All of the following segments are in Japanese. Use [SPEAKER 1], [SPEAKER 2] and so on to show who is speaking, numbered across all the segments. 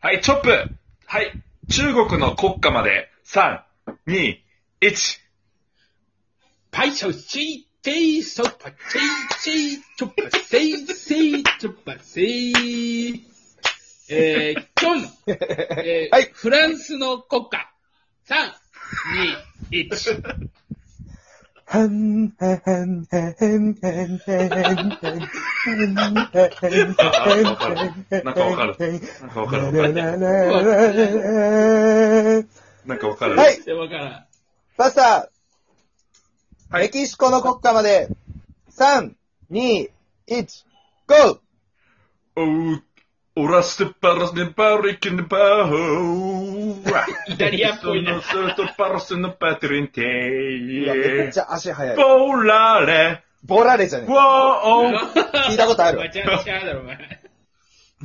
[SPEAKER 1] はい、チョップはい、中国の国家まで、3、2、1。
[SPEAKER 2] パイショーシーテイソーパチイチチョッパセイセイチョッパセイ。えー、今日の、えー
[SPEAKER 3] はい
[SPEAKER 2] フランスの国歌。三、二、一。
[SPEAKER 3] はん、はん、はん、はん、はん、はん、はん、
[SPEAKER 1] なんかわかる。なんかわかるわかる。なんかわかる。
[SPEAKER 3] はい
[SPEAKER 2] わからん。
[SPEAKER 3] バスター、
[SPEAKER 1] はい
[SPEAKER 3] メキシコの国家まで、3、2、1、GO!
[SPEAKER 1] おう、おらしてパラスネパリキネパー。
[SPEAKER 2] イタリアっぽいな
[SPEAKER 1] そのソルトパラスのパトリンテ
[SPEAKER 3] いや、めっ
[SPEAKER 1] イ
[SPEAKER 3] ち。ゃ足速い。
[SPEAKER 1] ボーラレ、
[SPEAKER 3] ボラレじゃね
[SPEAKER 1] ウォーオン。
[SPEAKER 2] 聞
[SPEAKER 3] いたことあ る
[SPEAKER 2] わちゃわちゃだろ、お前。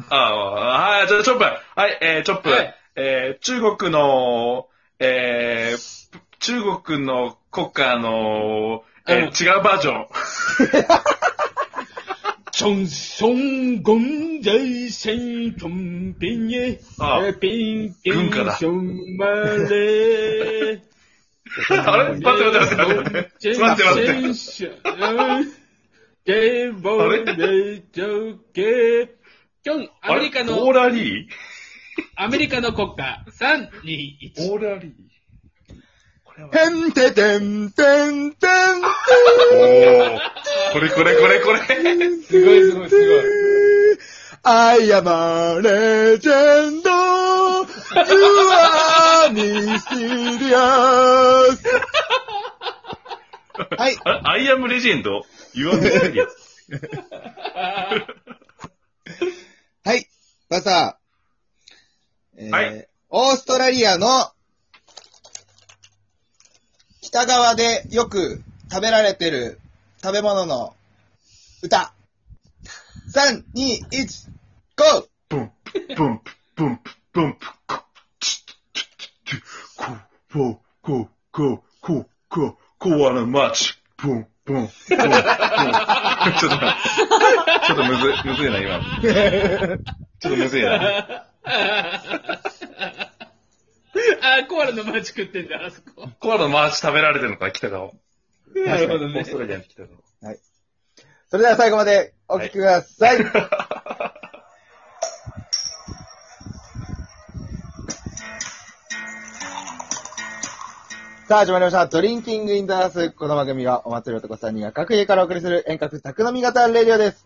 [SPEAKER 1] ああ、はい、じゃあ、チョップ。はい、えー、チョップ。
[SPEAKER 2] はい
[SPEAKER 1] えー、中国の、えー、中国の国歌の、えー違うバージョン。
[SPEAKER 2] チョンソンゴンジャイセントンピンエ。
[SPEAKER 1] あ
[SPEAKER 2] ピン
[SPEAKER 1] 軍歌だ
[SPEAKER 2] ションマレー。
[SPEAKER 1] あれ待って待って待って待って。待って待って。
[SPEAKER 2] デボレジョケ。キョン、アメリカ
[SPEAKER 1] あれオー
[SPEAKER 2] の、
[SPEAKER 1] ラリー
[SPEAKER 2] アメリカの国歌、3、2、1。
[SPEAKER 1] オーラリー
[SPEAKER 3] へんててんてん
[SPEAKER 1] お
[SPEAKER 3] てん
[SPEAKER 1] ー。これこれこれこれ。
[SPEAKER 2] すごいすごいすごい。
[SPEAKER 3] I am a legend! You are mysterious! はい、
[SPEAKER 1] あれアイアムレジェンド言わないやつ。
[SPEAKER 3] はい、バスター、えー
[SPEAKER 1] はい
[SPEAKER 3] オーストラリアの北側でよく食べられてる食べ物の歌。3、2、1、GO!
[SPEAKER 1] ブンプ、ブンプ、ブンプ、ブンプ、コッ、コッ、コッ、コッ、コッ、コッ、コッ、コアの街。ブン、ブン、ブン、ブン。ちょっと待って。ちょっとむずい、むずいな、今。ちょっとむずいな。
[SPEAKER 2] あ、コアラのマジ食ってんだ、あそこ。
[SPEAKER 1] コアの街食べられてるのか、北川。
[SPEAKER 2] なるほど
[SPEAKER 1] オー
[SPEAKER 2] ね
[SPEAKER 1] ス。トラリアの北川。
[SPEAKER 3] それでは最後までお聞きください。 さあ、始まりました。ドリンキングインダース。この番組はお祭り男3人が各家からお送りする遠隔宅飲み型レディオです。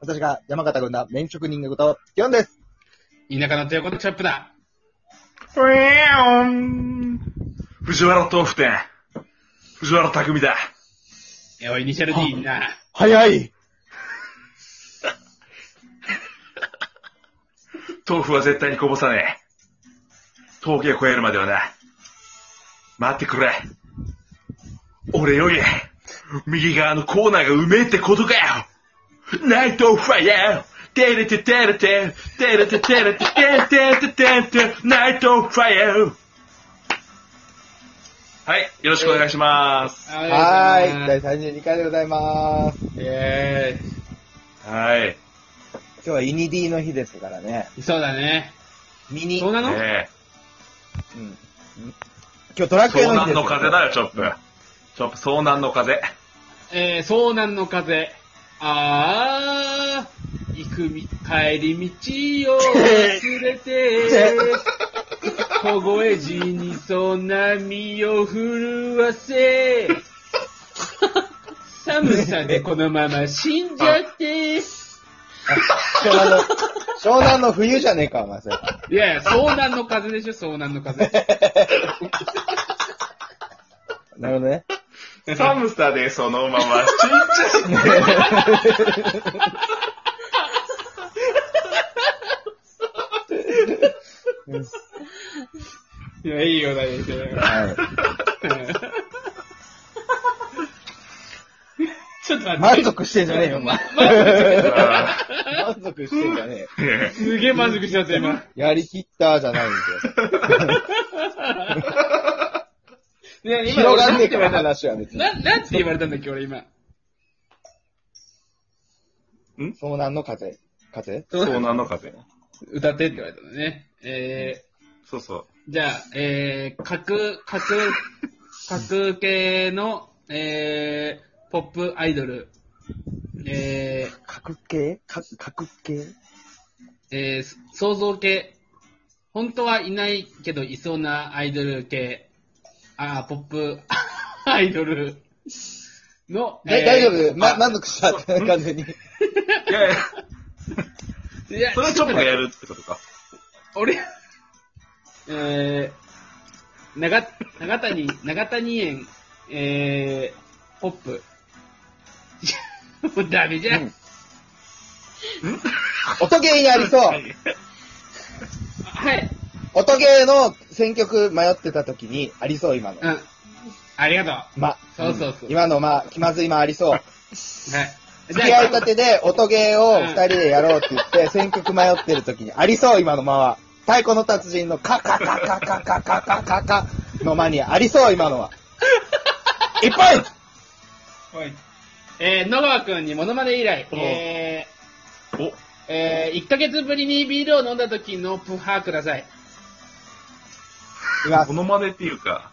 [SPEAKER 3] 私が山形軍団麺職人のことを4です。
[SPEAKER 2] 田舎の手横のチャップだ。
[SPEAKER 1] 藤原豆腐店。藤原匠だ。
[SPEAKER 2] いや、おいイニシャル D な。
[SPEAKER 3] 早い
[SPEAKER 1] 豆腐は絶対にこぼさねえ。峠を越えるまではな。待ってくれ。俺より、右側のコーナーがうめえってことかよナイトファイヤーテレテテレテ、テレテテレテ、テレテテテテ、ナイトファイヤーはい、よろしくお願いします。
[SPEAKER 3] は
[SPEAKER 2] あ
[SPEAKER 3] ーい。第32回でございます。
[SPEAKER 2] りがとうございますイエー
[SPEAKER 1] はい。
[SPEAKER 3] 今日はイニディの日ですからね。
[SPEAKER 2] イ。そうだね。
[SPEAKER 3] ミニ。
[SPEAKER 2] そうなの
[SPEAKER 1] ね
[SPEAKER 3] うんうん今日ドラ
[SPEAKER 1] え、
[SPEAKER 3] クエ
[SPEAKER 1] 遭
[SPEAKER 3] の日
[SPEAKER 1] 難
[SPEAKER 3] ですよ。
[SPEAKER 1] の風だよ、チョップ。チョップ、遭難の風。
[SPEAKER 2] えー、遭難の風。あー、行くみ、帰り道を忘れて、小声地にそなみを震わせ、寒さでこのまま死んじゃって、
[SPEAKER 3] 湘南の、湘南の冬じゃねえか、お前それ。
[SPEAKER 2] いやいや、遭難の風でしょ、遭難の風。
[SPEAKER 3] なるほどね。
[SPEAKER 1] 寒さでそのまま死んじゃう。
[SPEAKER 2] いや、いいよ、大丈夫。
[SPEAKER 3] は
[SPEAKER 2] ちょっと待って
[SPEAKER 3] い。。満足してんじゃねえよ、お 前。満足してんじゃねえよ。
[SPEAKER 2] すげえ満足しちゃった、今。
[SPEAKER 3] やりきったじゃないんだよ。
[SPEAKER 2] いや、
[SPEAKER 3] 広がんねえか
[SPEAKER 2] 俺
[SPEAKER 3] ら
[SPEAKER 2] なんて言われた
[SPEAKER 3] 話は別に。
[SPEAKER 2] な、なんて言われたんだっけ、俺今。
[SPEAKER 3] 遭難の風。風
[SPEAKER 1] そうなのかぜ。
[SPEAKER 2] 歌ってって言われたのね。え
[SPEAKER 1] そうそう。
[SPEAKER 2] ー、じゃあ、えー、格、格、格系の、えー、ポップアイドル、えー、
[SPEAKER 3] 角形か角形
[SPEAKER 2] えー、想像系、本当はいないけどいそうなアイドル系、あー、ポップアイドルの、
[SPEAKER 3] だ
[SPEAKER 2] えー
[SPEAKER 3] 大丈夫ま、
[SPEAKER 1] あ
[SPEAKER 3] 満足したって完全に。
[SPEAKER 1] いやいや、
[SPEAKER 2] いや
[SPEAKER 1] それはチョップがやるってことか。
[SPEAKER 2] 俺、えー、長、長谷、長谷園、えー、ポップ。も うダメじゃん。
[SPEAKER 3] うん 音ゲーにありそう。
[SPEAKER 2] はい。
[SPEAKER 3] 音ゲーの選曲迷ってた時にありそう、今の
[SPEAKER 2] う。ん。ありがとう。は
[SPEAKER 3] ま。
[SPEAKER 2] そうそうそうん
[SPEAKER 3] 今のま、気まずいまありそう。
[SPEAKER 2] い。
[SPEAKER 3] 付き合いた
[SPEAKER 2] て。
[SPEAKER 3] てで音ゲーを二人でやろうって言って、選曲迷ってる時にありそう、今の間は。太鼓の達人のカカカカカカカカカカの間にありそう、今のは。いっぱい
[SPEAKER 2] はい。えー、野川くんにモノマネ以来、
[SPEAKER 1] お
[SPEAKER 2] え
[SPEAKER 1] お、
[SPEAKER 2] ー、えー、1ヶ月ぶりにビールを飲んだ時のプハーください。
[SPEAKER 3] います
[SPEAKER 1] こ。の真似っていうか、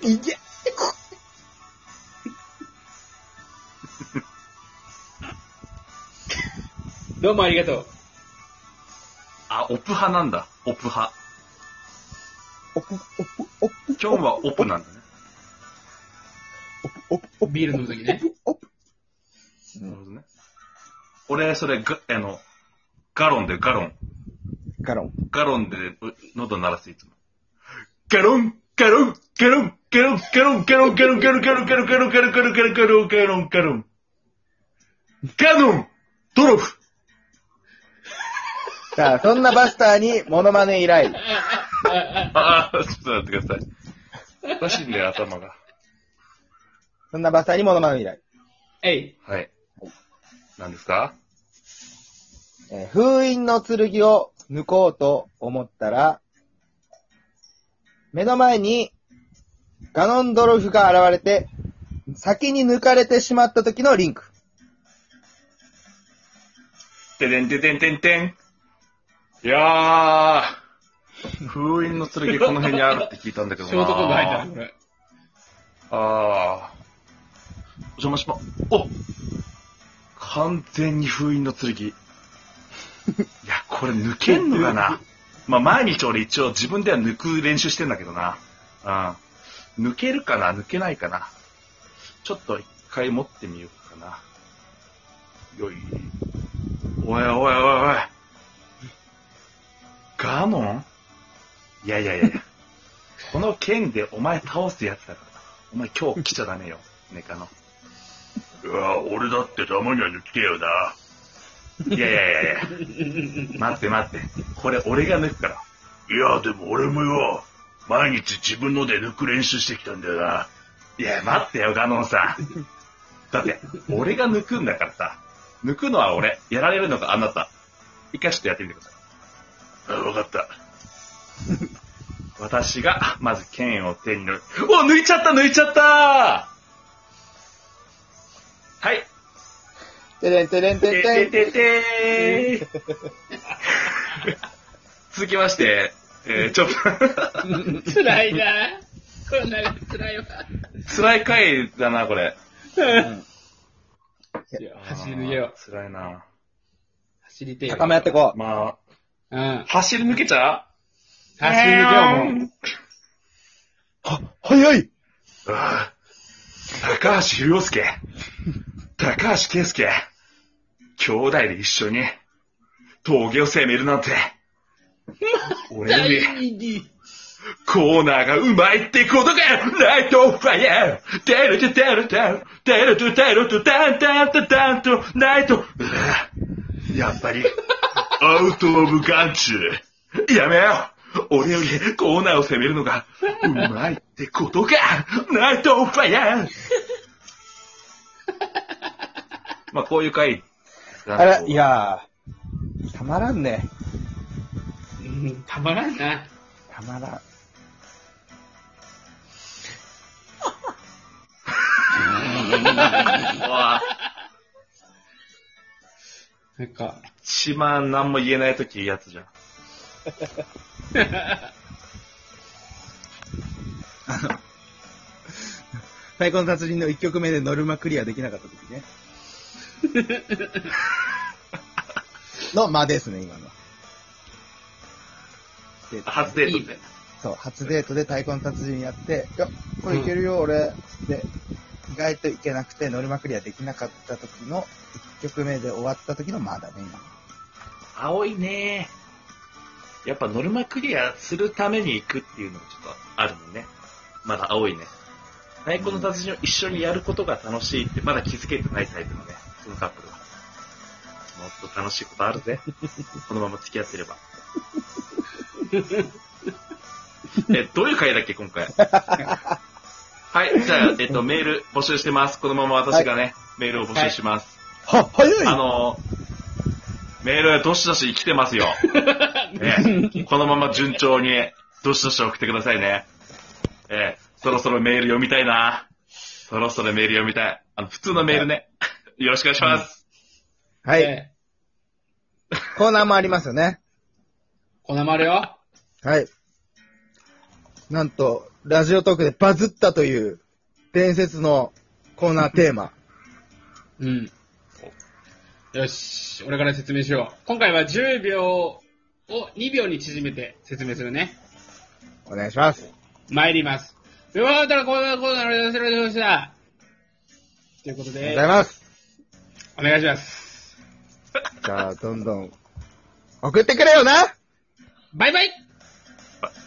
[SPEAKER 3] いけ
[SPEAKER 2] どうもありがとう。
[SPEAKER 1] あ、オプ派なんだ。オプ派。
[SPEAKER 3] おぷおぷおぷ
[SPEAKER 1] キョンはオプなんだね。
[SPEAKER 3] おぷおぷ
[SPEAKER 2] ビール飲む時ね。
[SPEAKER 3] おぷ
[SPEAKER 1] なるほどね。俺、それ、があの、ガロンでガロン。
[SPEAKER 3] ガロン。
[SPEAKER 1] ガロンでう喉鳴らすいつも。ガロンガロンガロンガロンガロンガロンガロンガロンガロンガロンガロンガロンガロンガロンガロンガロンガロンガロンドロフ
[SPEAKER 3] さあ、そんなバスターにモノマネ依頼。
[SPEAKER 1] ああ、ちょっと待ってください。おかしいんだよ、頭が。
[SPEAKER 3] そんなバスターにモノマネ依頼。
[SPEAKER 2] えい。
[SPEAKER 1] はい。何ですか
[SPEAKER 3] えー封印の剣を抜こうと思ったら、目の前にガノンドロフが現れて、先に抜かれてしまった時のリンク。
[SPEAKER 1] てでんてでんてんてん。いやー、封印の剣この辺にあるって聞いたんだけど
[SPEAKER 2] シ
[SPEAKER 1] な
[SPEAKER 2] ョートコント入ったなこれ。
[SPEAKER 1] ああ。お邪魔しま、お完全に封印の剣。いや、これ抜けんのかなまあ、毎日俺一応自分では抜く練習してんだけどな。うん。抜けるかな抜けないかなちょっと一回持ってみようかな。よい。おいおいおいおい。ガモンいやいやいやいや。この剣でお前倒すやつだから。お前今日来ちゃダメよ、ネカの。いや、俺だってたまには抜けよな。いやいやいやいや。待って待って。これ俺が抜くから。いや、でも俺もよ、毎日自分ので抜く練習してきたんだよな。いや、待ってよ、ガノンさん。だって、俺が抜くんだからさ。抜くのは俺、やられるのがあなた。一回ちょっとやってみてください。あ、わかった。私が、まず剣を手に乗る。お、抜いちゃった、抜いちゃったはい。
[SPEAKER 3] てれんてれん
[SPEAKER 1] て
[SPEAKER 3] てれんて
[SPEAKER 1] て
[SPEAKER 3] ん
[SPEAKER 1] てて ー続きまして、えー、 ちょっと、
[SPEAKER 2] 辛いなこんなの辛いわ。
[SPEAKER 1] 辛い回だな、これ。
[SPEAKER 2] いや走り抜けよう。
[SPEAKER 1] う。辛いな。
[SPEAKER 2] 走りてえよ。
[SPEAKER 3] 高め合ってこう。
[SPEAKER 1] まあ、
[SPEAKER 2] うん。
[SPEAKER 1] 走り抜けちゃう
[SPEAKER 2] 走り抜けよう、もう。
[SPEAKER 3] は、早い
[SPEAKER 1] ああ高橋洋介、高橋圭介、兄弟で一緒に峠を攻めるなんて、俺より
[SPEAKER 2] 第二に。
[SPEAKER 1] コーナーがうまいってことかライトファイヤーテルテテルテルテルテテルテタンタンタタンとナイトうわやっぱり、アウトオブガンチュやめよ俺よりコーナーを攻めるのがうまいってことかナイトファイヤーまあこういう回
[SPEAKER 3] あら、いやー、たまらんね。
[SPEAKER 2] うんたまらんな。
[SPEAKER 3] たまらん。
[SPEAKER 1] わ
[SPEAKER 2] なんか、
[SPEAKER 1] 一番何も言えないときやつじゃん。
[SPEAKER 3] 太鼓の達人の1曲目でノルマクリアできなかった時ね。 の間ですね、今の。で
[SPEAKER 1] 初デートで。
[SPEAKER 3] そう、初デートで太鼓の達人やって、いや、これいけるよ、俺。で、意外といけなくて、ノルマクリアできなかった時の、1曲目で終わった時のまだね、
[SPEAKER 1] 青いねやっぱノルマクリアするために行くっていうのがちょっとあるもんね。まだ青いね。太鼓の達人を一緒にやることが楽しいってまだ気づけてないタイプのね、そのカップルは。もっと楽しいことある ぜ。このまま付き合ってれば。え、どういう回だっけ、今 回。はい、じゃあ、えっと、メール募集してます。このまま私がね、メールを募集します。
[SPEAKER 3] 今。は、早い
[SPEAKER 1] あの、メールどしどし来てますよ。ね、このまま順調にどしどし送ってくださいね。ええそろそろメール読みたいな。そろそろメール読みたい。あの、普通のメールね。よろしくお願いします。
[SPEAKER 3] はい、
[SPEAKER 2] え
[SPEAKER 3] コーナーもありますよね。
[SPEAKER 2] ーこんなもあるよ。
[SPEAKER 3] はい。なんと、ラジオトークでバズったという、伝説のコーナーテーマ。
[SPEAKER 2] うん。よし、俺から説明しよう。今回は10秒を2秒に縮めて説明するね。
[SPEAKER 3] お願いします。
[SPEAKER 2] 参ります。よかったらこうだ、こうだ、こうだ、こうだ、こうだ。ということ
[SPEAKER 3] ありがとう
[SPEAKER 2] で
[SPEAKER 3] ござい、ます。
[SPEAKER 2] お願いします。
[SPEAKER 3] じゃあ、どんどん、送ってくれよな
[SPEAKER 2] バイバイ